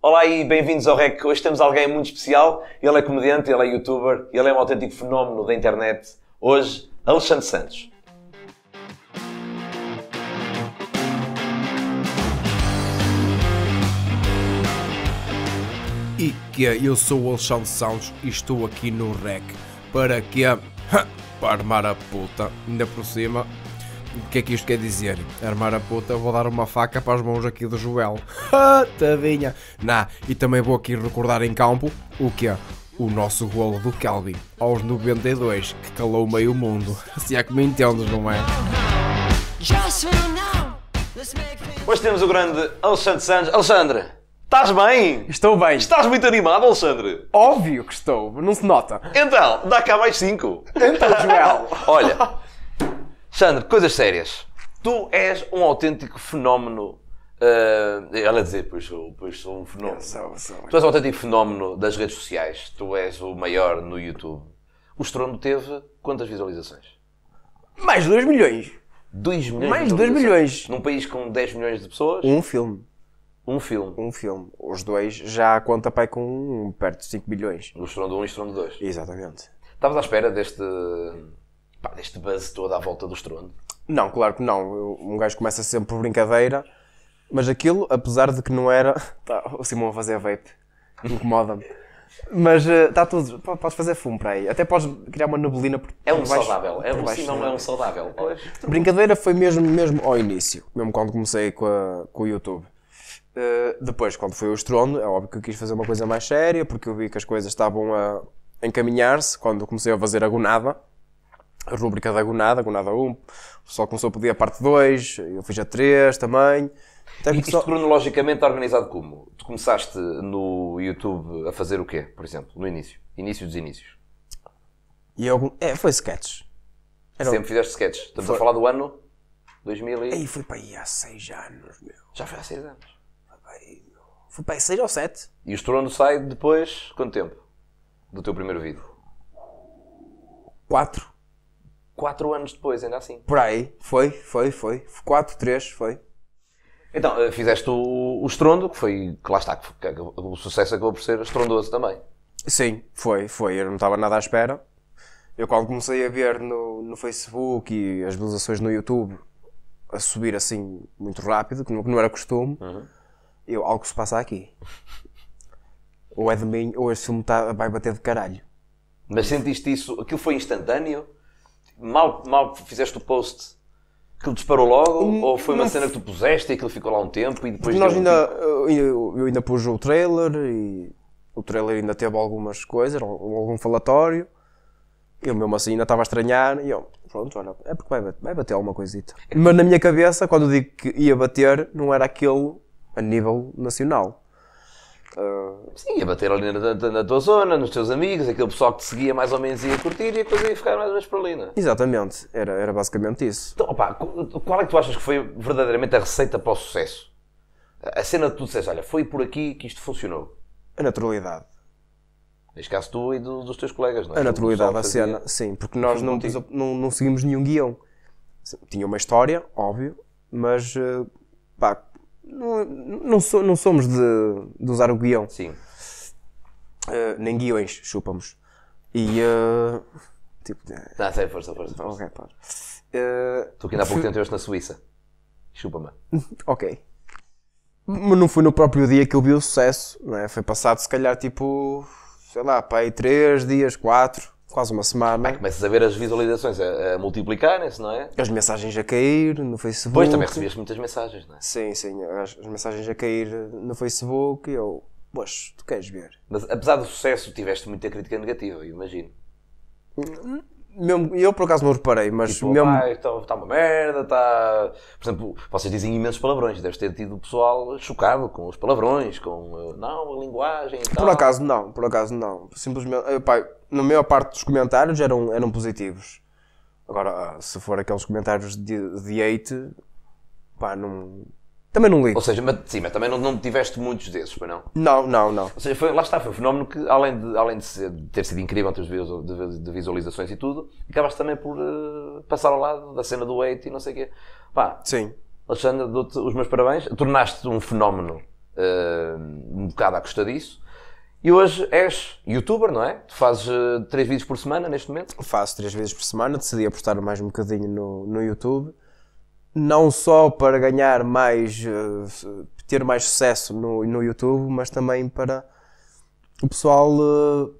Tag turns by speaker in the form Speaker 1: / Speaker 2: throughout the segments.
Speaker 1: Olá e bem-vindos ao REC. Hoje temos alguém muito especial. Ele é comediante, ele é youtuber, ele é um autêntico fenómeno da internet. Hoje, Alexandre Santos.
Speaker 2: E que é, eu sou o Alexandre Santos e estou aqui no REC para que para armar a puta, ainda por cima. O que é que isto quer dizer? Armar a puta, vou dar uma faca para as mãos aqui do Joel. Ah, Tadinha! Nah, e também vou aqui recordar em campo o que é? O nosso golo do Kelvin, aos 92, que calou meio mundo. Se é que me entendes, não é?
Speaker 3: Just for now, let's make things.
Speaker 1: Hoje temos o grande Alexandre Santos. Alexandre, estás bem?
Speaker 4: Estou bem.
Speaker 1: Estás muito animado, Alexandre?
Speaker 4: Óbvio que estou, não se nota.
Speaker 1: Então, dá cá mais cinco.
Speaker 4: Então, Joel.
Speaker 1: Olha, Alexandre, coisas sérias. Tu és um autêntico fenómeno. ah, ela dizer, pois sou, pois sou um fenómeno.
Speaker 4: Sou, sou.
Speaker 1: Tu és um autêntico fenómeno das redes sociais. Tu és o maior no YouTube. O Estrondo teve quantas visualizações?
Speaker 4: Mais de 2 milhões.
Speaker 1: 2 milhões.
Speaker 4: Mais de
Speaker 1: dois
Speaker 4: 2 milhões.
Speaker 1: Num país com 10 milhões de pessoas,
Speaker 4: Um filme.
Speaker 1: um filme.
Speaker 4: Um filme. Os dois já conta pai com um, perto de 5 milhões.
Speaker 1: O Estrondo 1 e o Estrondo 2.
Speaker 4: Exatamente.
Speaker 1: Estavas à espera deste. pá, deste buzz todo à volta do Estrondo.
Speaker 4: Não, claro que não. Eu- Um gajo começa sempre por brincadeira, mas aquilo, apesar de que não era. Tá, o Simão a fazer vape. Incomoda-me. Mas está tudo. po- Podes fazer fumo para aí. Até podes criar uma nebulina por
Speaker 1: É um
Speaker 4: por baixo-
Speaker 1: saudável. É
Speaker 4: por
Speaker 1: um,
Speaker 4: baixo
Speaker 1: sim, não
Speaker 4: da-
Speaker 1: é um saudável. Pois.
Speaker 4: Brincadeira foi mesmo, mesmo ao início, mesmo quando comecei com, a- com o YouTube. Eh, depois, quando foi o estrondo, é óbvio que eu quis fazer uma coisa mais séria, porque eu vi que as coisas estavam a encaminhar-se quando comecei a fazer a gonada, a rúbrica da gonada, gonada 1. O pessoal começou a pedir a parte 2, eu fiz a 3 também. Até que
Speaker 1: E
Speaker 4: o
Speaker 1: isto
Speaker 4: pessoal-
Speaker 1: cronologicamente está organizado como? Tu começaste no YouTube a fazer o quê, por exemplo, no início? Início dos inícios.
Speaker 4: E eu, é, foi sketch. Era-
Speaker 1: Sempre fizeste sketches. Estamos a falar do ano 2000 e...
Speaker 4: Aí foi para aí há 6 anos, meu.
Speaker 1: Já foi há 6 anos.
Speaker 4: Foi para aí 6 ou 7.
Speaker 1: E o Estrondo sai depois, quanto tempo? Do teu primeiro vídeo?
Speaker 4: 4.
Speaker 1: 4 anos depois, ainda assim.
Speaker 4: Por aí. Foi, foi, foi. 4, 3, foi.
Speaker 1: Então, eh, fizeste o, o Estrondo, que foi, que lá está, que, que- que o sucesso acabou por ser estrondoso também.
Speaker 4: Sim, foi, foi. Eu não estava nada à espera. Eu quando comecei a ver no, no Facebook e as visualizações no YouTube a subir assim muito rápido, que não, que não era costume, eu, algo se passa aqui. Ou é de mim, ou esse filme tá- vai bater de caralho.
Speaker 1: Mas sentiste isso, aquilo foi instantâneo? Mal, mal fizeste o post, aquilo disparou logo? ou foi uma cena que tu puseste e aquilo ficou lá um tempo e depois.
Speaker 4: Hum, Porque nós
Speaker 1: deu um
Speaker 4: ainda, eh, eu, eu- eu ainda pus o trailer e o trailer ainda teve algumas coisas, al- algum falatório. Eu mesmo assim ainda estava a estranhar e eu, pronto, olha, é porque vai bater, vai bater alguma coisita. Mas na minha cabeça, quando eu digo que ia bater, não era aquele a nível nacional.
Speaker 1: Sim, ia bater ali na, na- na tua zona, nos teus amigos, aquele pessoal que te seguia mais ou menos ia curtir e a coisa ia ficar mais ou menos por ali, não é?
Speaker 4: Exatamente, era, era basicamente isso.
Speaker 1: Então, opá, qu- qual é que tu achas que foi verdadeiramente a receita para o sucesso? A a cena de tu disseste, olha, foi por aqui que isto funcionou.
Speaker 4: A naturalidade.
Speaker 1: Neste caso, tu e do- dos teus colegas, não é?
Speaker 4: A
Speaker 1: O pessoal
Speaker 4: naturalidade
Speaker 1: que
Speaker 4: da
Speaker 1: fazia.
Speaker 4: cena, sim, porque nós não, não, não seguimos nenhum guião. Tinha uma história, óbvio, mas eh, pá, não, não, so- não somos de, de usar o guião,
Speaker 1: Sim.
Speaker 4: Eh, nem guiões, chupamos. E eh, tipo, eh,
Speaker 1: Não, sei, força, força. força.
Speaker 4: ok, pá. Eh,
Speaker 1: Tu que ainda há pouco tempo estiveste na Suíça. Chupa-me.
Speaker 4: ok. Mas não foi no próprio dia que eu vi o sucesso, não é? Foi passado, se calhar, tipo, sei lá, pá, aí 3 dias, 4, quase uma semana.
Speaker 1: Começas a ver as visualizações a, a multiplicarem-se, não é?
Speaker 4: As mensagens a cair no Facebook.
Speaker 1: Depois também recebeste muitas mensagens, não é?
Speaker 4: Sim, sim, as, as mensagens a cair no Facebook e eu, poxa, tu queres ver?
Speaker 1: Mas apesar do sucesso, tiveste muita crítica negativa, eu imagino.
Speaker 4: Mesmo, eu por acaso não reparei, mas
Speaker 1: Tipo,
Speaker 4: mesmo.
Speaker 1: "Ah, está está uma merda, está... Por exemplo, vocês dizem imensos palavrões, deves ter tido o pessoal chocado com os palavrões, com... eh, Não, a linguagem e tal.
Speaker 4: Por acaso não, por acaso não. Simplesmente, eh, pá, na maior parte dos comentários eram, eram positivos. Agora, ah, se for aqueles comentários de, de hate, pá, não. Também não ligo.
Speaker 1: Ou seja, mas, sim, mas também não, não tiveste muitos desses, foi não?
Speaker 4: Não, não, não.
Speaker 1: Ou seja, foi, lá está, foi um fenómeno que, além de, além de, ser- de ter sido incrível em termos de visu- de, de visualizações e tudo, acabaste também por eh, passar ao lado da cena do hate e não sei o quê. Pá,
Speaker 4: Sim.
Speaker 1: Alexandre, dou-te os meus parabéns. Tornaste-te um fenómeno eh, um bocado à custa disso. E hoje és youtuber, não é? Tu fazes eh, três vídeos por semana neste momento.
Speaker 4: Faço três vezes por semana, decidi apostar mais um bocadinho no, no YouTube, não só para ganhar mais, eh, su- ter mais sucesso no, no YouTube, mas também para o pessoal, eh,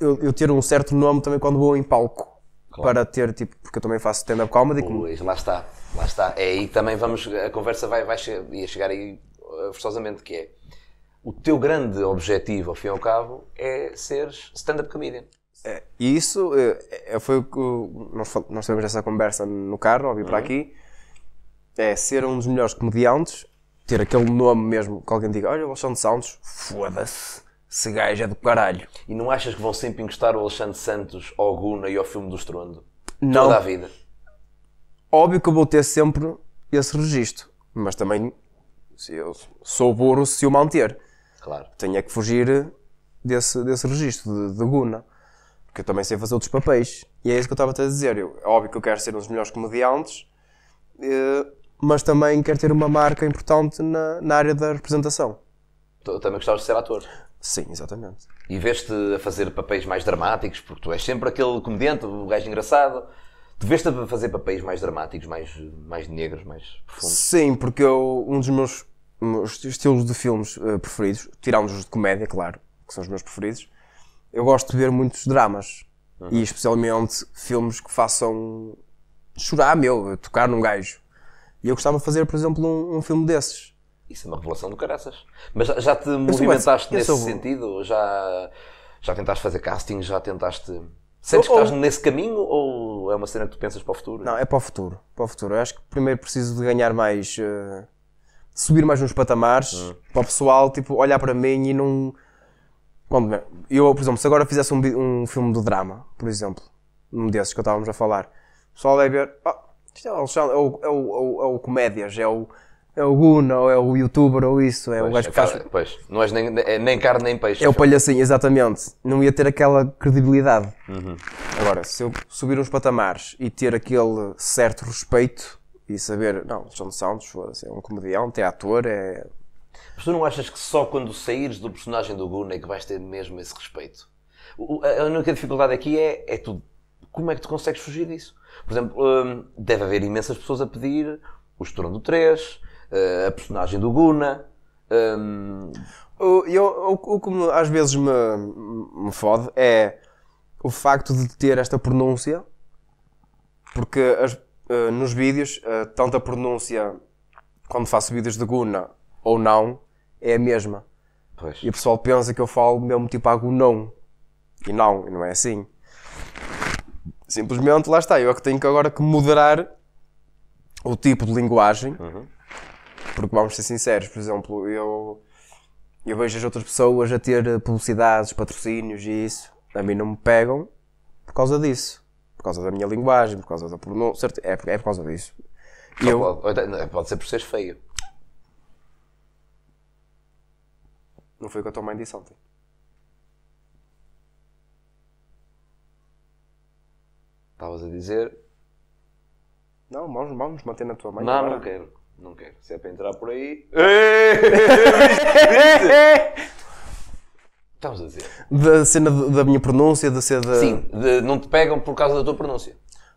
Speaker 4: eu, eu ter um certo nome também quando vou em palco. Para ter, tipo, porque eu também faço stand-up comedy, como
Speaker 1: Pois, lá está, lá está. É aí que também vamos, a conversa vai, vai che- ia chegar aí eh, forçosamente, que é o teu grande objetivo, ao fim e ao cabo, é seres stand-up comedian.
Speaker 4: E isso eh, eh, foi o que o- nós, fal- nós tivemos essa conversa no carro, ao vir para aqui. É ser um dos melhores comediantes, ter aquele nome mesmo que alguém diga: Olha, o Alexandre Santos, foda-se, esse gajo é do caralho.
Speaker 1: E não achas que vão sempre encostar o Alexandre Santos ao Guna e ao filme do Estrondo?
Speaker 4: Não.
Speaker 1: Toda a vida.
Speaker 4: Óbvio que eu vou ter sempre esse registro, mas também se eu sou burro se o manter.
Speaker 1: Claro.
Speaker 4: Tenho é que fugir desse, desse registro de, de Guna, porque eu também sei fazer outros papéis. E é isso que eu estava a dizer. Eu, é óbvio que eu quero ser um dos melhores comediantes, eh, mas também quero ter uma marca importante na, na área da representação.
Speaker 1: Tu também gostavas de ser ator.
Speaker 4: Sim, exatamente.
Speaker 1: E veste a fazer papéis mais dramáticos, porque tu és sempre aquele comediante, o gajo engraçado. Tu veste a fazer papéis mais dramáticos, mais, mais negros, mais profundos.
Speaker 4: Sim, porque eu, um dos meus, meus estilos de filmes eh, preferidos, tirando os de comédia, claro, que são os meus preferidos, eu gosto de ver muitos dramas. E especialmente filmes que façam chorar, meu, tocar num gajo. E eu gostava de fazer, por exemplo, um, um filme desses.
Speaker 1: Isso é uma revelação do caraças. Mas já- já te
Speaker 4: sou
Speaker 1: movimentaste
Speaker 4: bom, eu
Speaker 1: nesse
Speaker 4: sou bom.
Speaker 1: sentido? Já, já tentaste fazer casting? Já tentaste. Sentes
Speaker 4: Ou-
Speaker 1: que estás nesse caminho ou é uma cena que tu pensas para o futuro?
Speaker 4: Não, é para o futuro. Para o futuro. Eu acho que primeiro preciso de ganhar mais. eh, subir mais nos patamares
Speaker 1: Hum.
Speaker 4: para o pessoal tipo, olhar para mim e não. Quando, eu, por exemplo, se agora fizesse um, bi- um filme de drama, por exemplo, um desses que eu estávamos a falar, o pessoal vai ver. "Ah, isto é o, Alexandre, é, o, é, o, é o- é o Comédias, é o, é o Guna, ou é o youtuber, ou isso, é
Speaker 1: Pois,
Speaker 4: o gajo
Speaker 1: é
Speaker 4: que faz.
Speaker 1: cara- pois, não és nem, é nem carne nem peixe.
Speaker 4: É o palhacinho, exatamente. Não ia ter aquela credibilidade. Agora, se eu subir uns patamares e ter aquele certo respeito e saber, não, Alexandre Santos, foda-se, é um comediante, é ator, é.
Speaker 1: Mas tu não achas que só quando saíres do personagem do Gunn é que vais ter mesmo esse respeito? O- a a única dificuldade aqui é, é tu, como é que tu consegues fugir disso? Por exemplo, hum, deve haver imensas pessoas a pedir o Estorão do 3, eh, a personagem do Guna. hum,
Speaker 4: O, eu, o, o que me- às vezes me, me fode é o facto de ter esta pronúncia, porque as- eh, nos vídeos, eh, tanto a pronúncia quando faço vídeos de Guna ou não, é a mesma.
Speaker 1: pois.
Speaker 4: E o pessoal pensa que eu falo mesmo tipo algo não. E não, e não é assim. Simplesmente lá está, eu é que tenho que agora que moderar o tipo de linguagem.
Speaker 1: Uhum.
Speaker 4: Porque vamos ser sinceros, por exemplo, eu, eu vejo as outras pessoas a ter eh, publicidades, patrocínios e isso. A mim não me pegam por causa disso. Por causa da minha linguagem, por causa da pronúncia. certo? É, por- é por causa disso. E
Speaker 1: Só
Speaker 4: eu-
Speaker 1: pode, ou então- não, pode ser por seres feio.
Speaker 4: Não foi o que a tua mãe disse ontem.
Speaker 1: Estavas a dizer.
Speaker 4: Não, vamos, vamos manter na tua mãe.
Speaker 1: Não,
Speaker 4: agora.
Speaker 1: não quero. Não quero. Se é para entrar por aí. Estavas a dizer.
Speaker 4: da cena de- da minha pronúncia, da cena da
Speaker 1: Sim, de- não te pegam por causa da tua pronúncia.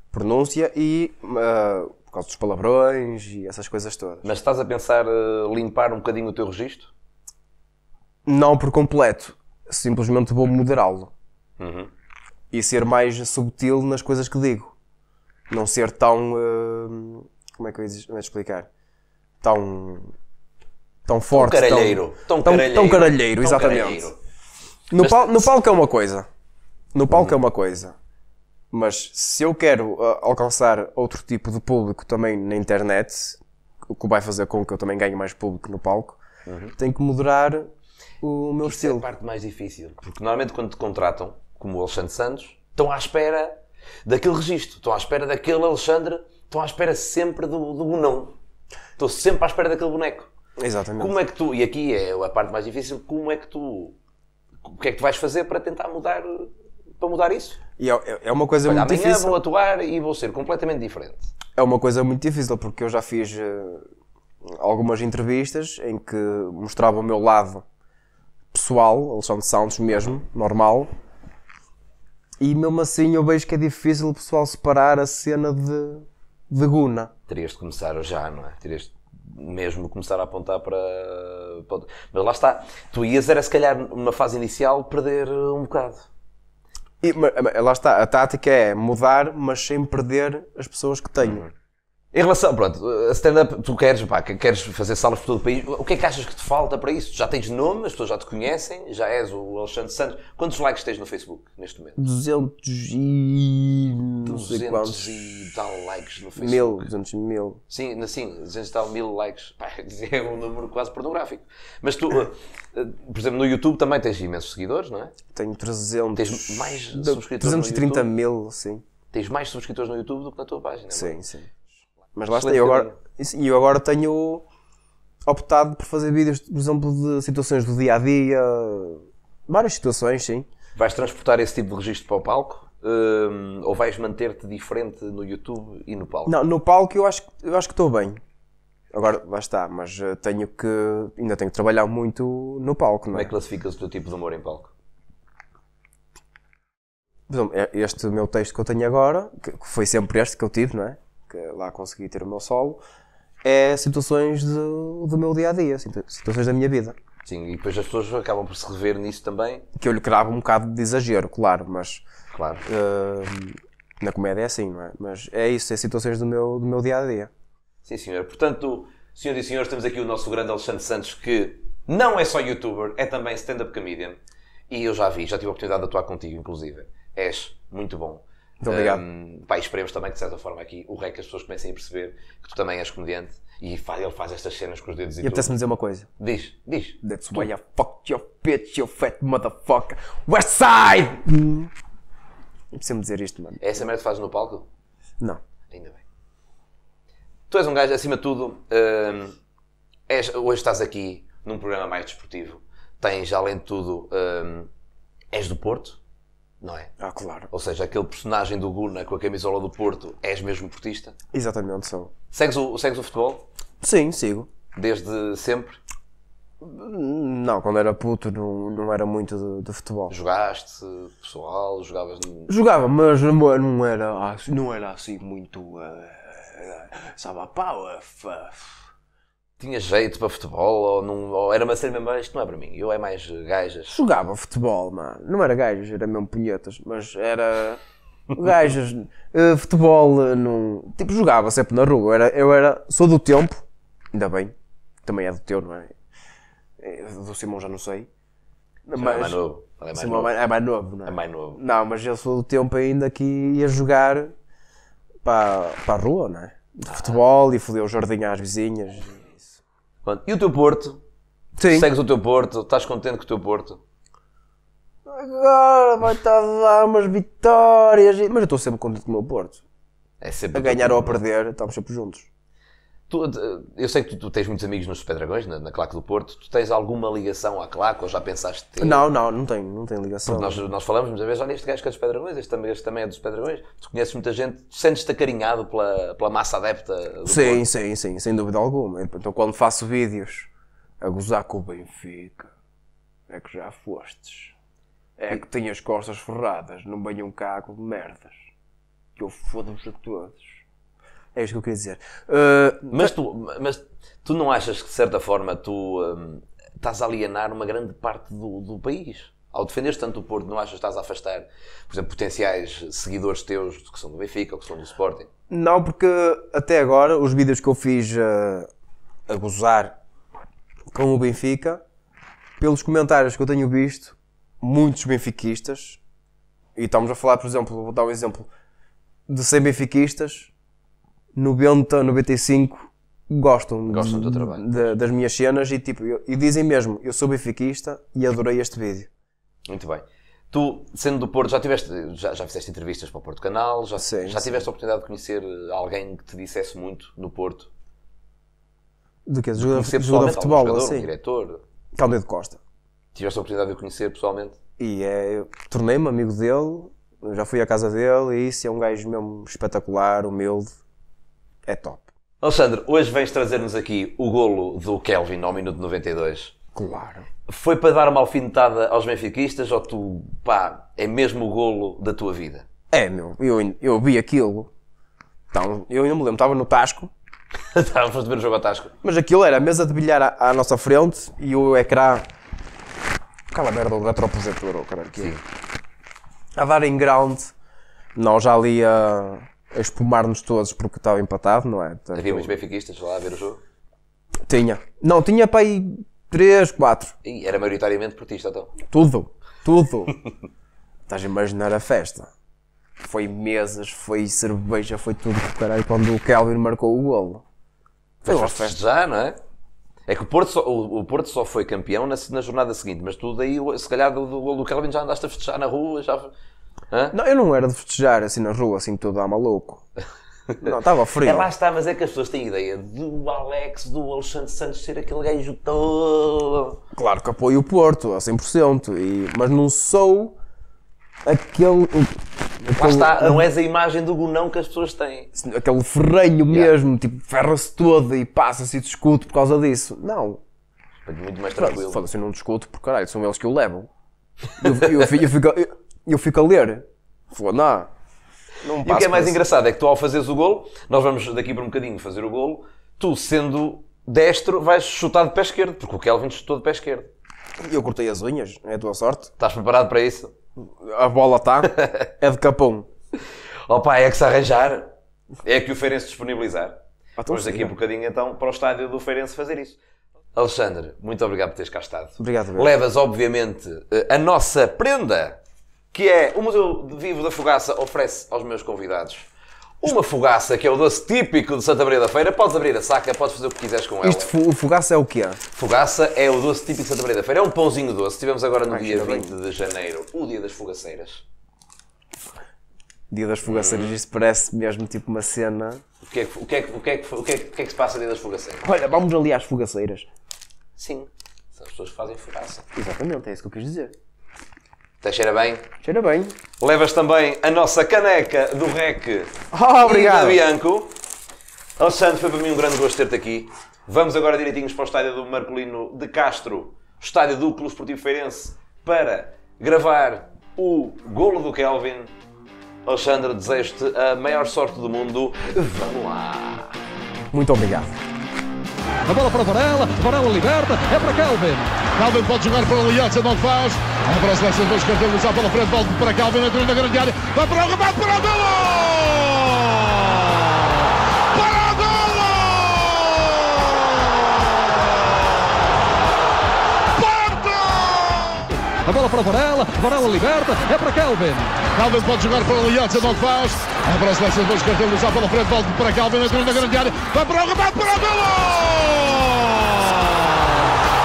Speaker 4: pronúncia e ah, por causa dos palavrões e essas coisas todas.
Speaker 1: Mas estás a pensar eh, limpar um bocadinho o teu registro?
Speaker 4: Não por completo, simplesmente vou moderá-lo
Speaker 1: Uhum.
Speaker 4: e ser mais subtil nas coisas que digo. Não ser tão. ah, como é que eu ia dizer- como é que explicar? Tão. tão forte. tão-
Speaker 1: Um caralheiro. Tão,
Speaker 4: tão-
Speaker 1: caralheiro.
Speaker 4: tão caralheiro,
Speaker 1: Tão
Speaker 4: exatamente.
Speaker 1: caralheiro.
Speaker 4: No, pal- no palco é uma coisa. No palco
Speaker 1: Hum.
Speaker 4: é uma coisa. Mas se eu quero ah, alcançar outro tipo de público também na internet, o que vai fazer com que eu também ganhe mais público no palco, tenho que moderar o meu
Speaker 1: Uhum. Isso é a
Speaker 4: estilo.
Speaker 1: parte mais difícil. Porque normalmente quando te contratam, como o Alexandre Santos, estão à espera daquele registro. Estão à espera daquele Alexandre. Estão à espera sempre do, do bonão. Estou sempre à espera daquele boneco.
Speaker 4: Exatamente.
Speaker 1: Como é que tu... E aqui é a parte mais difícil. Como é que tu... O que é que tu vais fazer para tentar mudar... eh, Para mudar isso?
Speaker 4: E é, é- é uma coisa
Speaker 1: Olha,
Speaker 4: muito
Speaker 1: amanhã
Speaker 4: difícil.
Speaker 1: vou atuar e vou ser completamente diferente.
Speaker 4: É uma coisa muito difícil porque eu já fiz eh, algumas entrevistas em que mostrava o meu lado pessoal, Alexandre Santos mesmo, normal. E mesmo assim eu vejo que é difícil o pessoal separar a cena de, de Guna.
Speaker 1: terias de começar já, não é? Terias de mesmo começar a apontar para, para outro- Mas lá está, tu ias era se calhar numa fase inicial perder uh, um bocado.
Speaker 4: E, ma- ma- lá está, a tática é mudar, mas sem perder as pessoas que tenho.
Speaker 1: Em relação, pronto, a stand-up, tu queres, pá, que- queres fazer salas por todo o país, o que é que achas que te falta para isso? Já tens nome, as pessoas já te conhecem, já és o Alexandre Santos. Quantos likes tens no Facebook neste momento?
Speaker 4: 200 e. não sei
Speaker 1: 200
Speaker 4: quantos.
Speaker 1: e tal likes no Facebook.
Speaker 4: Mil, 200 mil.
Speaker 1: Sim, assim, 200 e tal mil likes. Pá, é um número quase pornográfico. Mas tu, uh, uh, por exemplo, no YouTube também tens imensos seguidores, não é?
Speaker 4: Tenho 300.
Speaker 1: Tens mais subscritores no
Speaker 4: 330
Speaker 1: YouTube?
Speaker 4: mil, sim.
Speaker 1: Tens mais subscritores no YouTube do que na tua página.
Speaker 4: Sim,
Speaker 1: não é?
Speaker 4: sim. Mas lá está,
Speaker 1: Excelente
Speaker 4: eu agora,
Speaker 1: caminho.
Speaker 4: isso- e eu agora tenho optado por fazer vídeos, por exemplo, de situações do dia a dia, várias situações, sim.
Speaker 1: Vais transportar esse tipo de registro para o palco? Hum, ou vais manter-te diferente no YouTube e no palco?
Speaker 4: Não, no palco eu acho, que- eu acho que estou bem. Agora, lá está, mas eh, tenho que, ainda tenho que trabalhar muito no palco, não
Speaker 1: Como
Speaker 4: é?
Speaker 1: é que classificas o teu tipo de humor em palco?
Speaker 4: Por exemplo, é- este meu texto que eu tenho agora, que que foi sempre este que eu tive, não é? Que lá consegui ter o meu solo, é situações do, do meu dia a dia, situações da minha vida.
Speaker 1: Sim, e depois as pessoas acabam por se rever nisso também.
Speaker 4: Que eu lhe cravo um bocado de exagero, claro, mas
Speaker 1: Claro.
Speaker 4: Ahm, na comédia é assim, não é? Mas é isso, é situações do meu, do meu dia a dia.
Speaker 1: Sim, senhor. Portanto, senhoras e senhores, temos aqui o nosso grande Alexandre Santos, que não é só youtuber, é também stand-up comedian. E eu já vi, já tive a oportunidade de atuar contigo, inclusive. És muito bom.
Speaker 4: Muito obrigado.
Speaker 1: Hum, pá, e esperemos também que, de certa forma, aqui o REC as pessoas comecem a perceber que tu também és comediante e faz, ele faz estas cenas com os dedos e,
Speaker 4: E
Speaker 1: tudo.
Speaker 4: apetece-me dizer uma coisa.
Speaker 1: Diz, diz.
Speaker 4: That's why I fucked your bitch, you fat motherfucker. West side! Hum. Apetece-me dizer isto, mano.
Speaker 1: É essa merda que fazes no palco?
Speaker 4: Não.
Speaker 1: Ainda bem. Tu és um gajo, acima de tudo, hum, és- hoje estás aqui num programa mais desportivo. Tens, além de tudo, hum, és do Porto, não é?
Speaker 4: Ah, claro.
Speaker 1: Ou seja, aquele personagem do Guna com a camisola do Porto, és mesmo portista.
Speaker 4: Exatamente, sou.
Speaker 1: Segues o, segues o futebol
Speaker 4: Sim, sigo.
Speaker 1: desde sempre?
Speaker 4: Não, quando era puto não, não era muito de, de futebol.
Speaker 1: Jogaste pessoal, jogavas no-
Speaker 4: Jogava, mas não não era, assim- não era assim muito. eh, sabe, a pau, eh, f-
Speaker 1: Tinhas jeito para futebol ou, não- ou era uma cena mesmo, isto não é para mim, eu é mais gajas.
Speaker 4: Jogava futebol, mano. Não era gajos, era mesmo punhetas, mas era gajos. Eh, futebol, eh, não. Tipo, jogava sempre na rua. Eu era, eu era. Sou do tempo, ainda bem. Também é do teu, não é? Eh, Do Simão já não sei.
Speaker 1: Mas, é mais novo. Ele É mais
Speaker 4: Simão é
Speaker 1: novo.
Speaker 4: mais- é mais novo, não é?
Speaker 1: É mais novo.
Speaker 4: Não, mas eu sou do tempo ainda que ia jogar para, para a rua, não é? De
Speaker 1: Ah.
Speaker 4: futebol e foder o jardim às vizinhas.
Speaker 1: Pronto. E o teu Porto?
Speaker 4: Sim.
Speaker 1: Segues o teu Porto? Estás contente com o teu Porto?
Speaker 4: Agora vai estar a dar umas vitórias. e- Mas eu estou sempre contente com o meu Porto.
Speaker 1: É sempre
Speaker 4: A ganhar ou a perder, estamos sempre juntos.
Speaker 1: Tu, eh, eu sei que tu, tu tens muitos amigos nos Pedragões, na, na Claque do Porto. Tu tens alguma ligação à Claque ou já pensaste ter?
Speaker 4: Não, não, não tenho, não tenho ligação.
Speaker 1: Nós, nós falamos muitas vezes, olha este gajo que é dos Pedragões, este, também- este também é dos Pedragões. Tu conheces muita gente, tu sentes-te acarinhado pela, pela massa adepta do Porto.
Speaker 4: Sim, sim, sim, sem dúvida alguma. Então quando faço vídeos a gozar com o Benfica, é que já fostes. É que tenho as costas ferradas, não venham cá com merdas. Que eu fodo-vos a todos. É isto que eu queria dizer. Ah,
Speaker 1: Mas tu, mas tu não achas que, de certa forma, tu hum, estás a alienar uma grande parte do, do país? Ao defender tanto o Porto, não achas que estás a afastar, por exemplo, potenciais seguidores teus que são do Benfica ou que são do Sporting?
Speaker 4: Não, porque até agora os vídeos que eu fiz eh, a gozar com o Benfica, pelos comentários que eu tenho visto, muitos benfiquistas, e estamos a falar, por exemplo, vou dar um exemplo, de 100 benfiquistas, 90, 95 gostam,
Speaker 1: Gostam do teu trabalho.
Speaker 4: de- das minhas cenas e, tipo, eu- e dizem mesmo, eu sou benfiquista e adorei este vídeo.
Speaker 1: Muito bem. Tu, sendo do Porto, já tiveste, já, já fizeste entrevistas para o Porto Canal, já,
Speaker 4: Sim,
Speaker 1: já
Speaker 4: sim.
Speaker 1: tiveste a oportunidade de conhecer eh, alguém que te dissesse muito no Porto?
Speaker 4: Do que? Jogador
Speaker 1: Conhecer
Speaker 4: jogador de
Speaker 1: pessoalmente algum
Speaker 4: futebol,
Speaker 1: jogador, um
Speaker 4: assim.
Speaker 1: diretor?
Speaker 4: Cândido Costa.
Speaker 1: Tiveste a oportunidade de o conhecer pessoalmente?
Speaker 4: E é, eu tornei-me amigo dele, eu já fui à casa dele e isso é um gajo mesmo espetacular, humilde, é top.
Speaker 1: Alexandre, hoje vens trazer-nos aqui o golo do Kelvin ao minuto 92.
Speaker 4: Claro.
Speaker 1: Foi para dar uma alfinetada aos benfiquistas ou tu, pá, é mesmo o golo da tua vida?
Speaker 4: É, meu, eu, ain- eu vi aquilo. Então, eu ainda me lembro, estava no Tasco,
Speaker 1: Estávamos a ver o jogo ao Tasco.
Speaker 4: mas aquilo era a mesa de bilhar à, à nossa frente e o ecrã. Aquela merda do retroprojetor, ou caralho, que é. A dar em ground. Nós já ali a, a espumar-nos todos porque estava empatado, não é? Portanto,
Speaker 1: Havia muitos benfiquistas lá a ver o jogo.
Speaker 4: Tinha. Não, tinha para aí 3, 4.
Speaker 1: E era maioritariamente portista, então.
Speaker 4: Tudo. Tudo. Estás a imaginar a festa. Foi mesas, foi cerveja, foi tudo do caralho quando o Kelvin marcou o golo. Foi uma
Speaker 1: Mas
Speaker 4: festa.
Speaker 1: festejar, não é? É que o Porto só, o, o Porto só foi campeão na, na jornada seguinte, mas tu daí, se calhar, do, do golo do Kelvin já andaste a festejar na rua, já... Hã?
Speaker 4: Não, eu não era de festejar assim na rua, assim tudo a maluco. Não, estava frio.
Speaker 1: É lá está, mas é que as pessoas têm ideia do Alex, do Alexandre Santos ser aquele gajo todo.
Speaker 4: Claro que apoio o Porto a 100%, e... mas não sou aquele.
Speaker 1: Lá
Speaker 4: aquele
Speaker 1: está, não és a imagem do Gunão que as pessoas têm.
Speaker 4: aquele ferrenho mesmo, tipo, ferra-se todo e passa-se e discute por causa disso. Não.
Speaker 1: Muito mais
Speaker 4: Pronto,
Speaker 1: tranquilo.
Speaker 4: foda-se, eu não discuto por caralho, são eles que o levam. Eu, eu, fi- eu fico, eu, eu fico a ler. Falou, não. Não
Speaker 1: E o que é
Speaker 4: passo
Speaker 1: mais
Speaker 4: por isso.
Speaker 1: engraçado é que tu, ao fazeres o golo, nós vamos daqui por um bocadinho fazer o golo, tu, sendo destro, vais chutar de pé esquerdo, porque o Kelvin chutou de pé esquerdo.
Speaker 4: Eu cortei as unhas, é a tua sorte.
Speaker 1: Estás preparado para isso?
Speaker 4: A bola está, é de capão.
Speaker 1: Opa, é que se arranjar. É que o Feirense disponibilizar.
Speaker 4: Ah, então
Speaker 1: Vamos
Speaker 4: sim,
Speaker 1: daqui a
Speaker 4: é.
Speaker 1: bocadinho então para o estádio do Feirense fazer isso. Alexandre, muito obrigado por teres cá estado.
Speaker 4: Obrigado, Beto.
Speaker 1: Levas, obviamente, eh, a nossa prenda, que é o Museu de Vivo da Fogaça oferece aos meus convidados. Uma fogaça, que é o doce típico de Santa Maria da Feira. Podes abrir a saca, podes fazer o que quiseres com ela.
Speaker 4: Isto, fo- o fogaço é o quê?
Speaker 1: Fogaça é o doce típico de Santa Maria da Feira. É um pãozinho doce. Tivemos agora no
Speaker 4: Ai,
Speaker 1: dia
Speaker 4: cheira bem.
Speaker 1: 20 de janeiro, o dia das fogaceiras.
Speaker 4: Dia das fogaceiras, isso parece mesmo tipo uma cena.
Speaker 1: O que é que, o que, é que, o que, é que, o que, é que, o que é que se passa no dia das fogaceiras?
Speaker 4: Olha, vamos ali às fogaceiras.
Speaker 1: Sim, são as pessoas que fazem fogaça.
Speaker 4: Exatamente, é isso que eu quis dizer.
Speaker 1: Até cheira bem.
Speaker 4: Cheira bem.
Speaker 1: Levas também a nossa caneca do REC
Speaker 4: Oh,
Speaker 1: e da
Speaker 4: obrigado.
Speaker 1: Bianco. Alexandre, foi para mim um grande gosto ter-te aqui. Vamos agora direitinhos para o estádio do Marcolino de Castro, o estádio do Clube Esportivo Feirense, para gravar o golo do Kelvin. Alexandre, desejo-te a maior sorte do mundo. Vamos lá!
Speaker 4: Muito obrigado.
Speaker 5: A bola para o Varela, Varela liberta, é para Calvin.
Speaker 6: Calvin pode jogar para o Aliança, não faz. Vai para a seleção dos cartões, pela frente, volta para Calvin, entrou na grande área, vai para o remate, para o golo! Para o golo! Porto!
Speaker 5: A bola para o Varela, Varela liberta, é para Calvin.
Speaker 6: Calvin pode jogar para o Aliança, não faz. Vai para a seleção dos cartões, pela frente, volta para Calvin, entrou na grande área, vai para o remate, para o golo!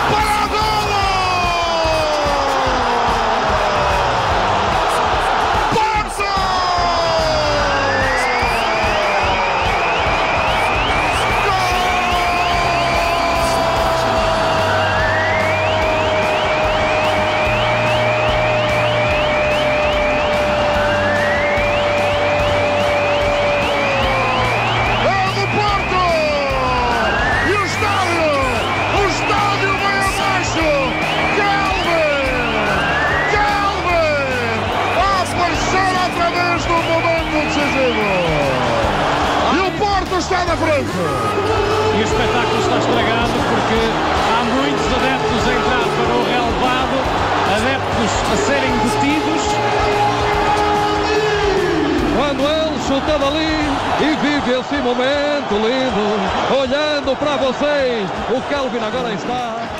Speaker 6: Para o golo! Porto! É do Porto! E o estádio! O estádio vai abaixo! Calvin! Calvin! A aparecer através do momento decisivo! E o Porto está na frente!
Speaker 7: E o espetáculo está estragado porque há muitos adeptos a entrar para o relevado, adeptos a serem detidos.
Speaker 5: Quando ele chuta dali e vive esse momento lindo, olhando para vocês, o Calvin agora está.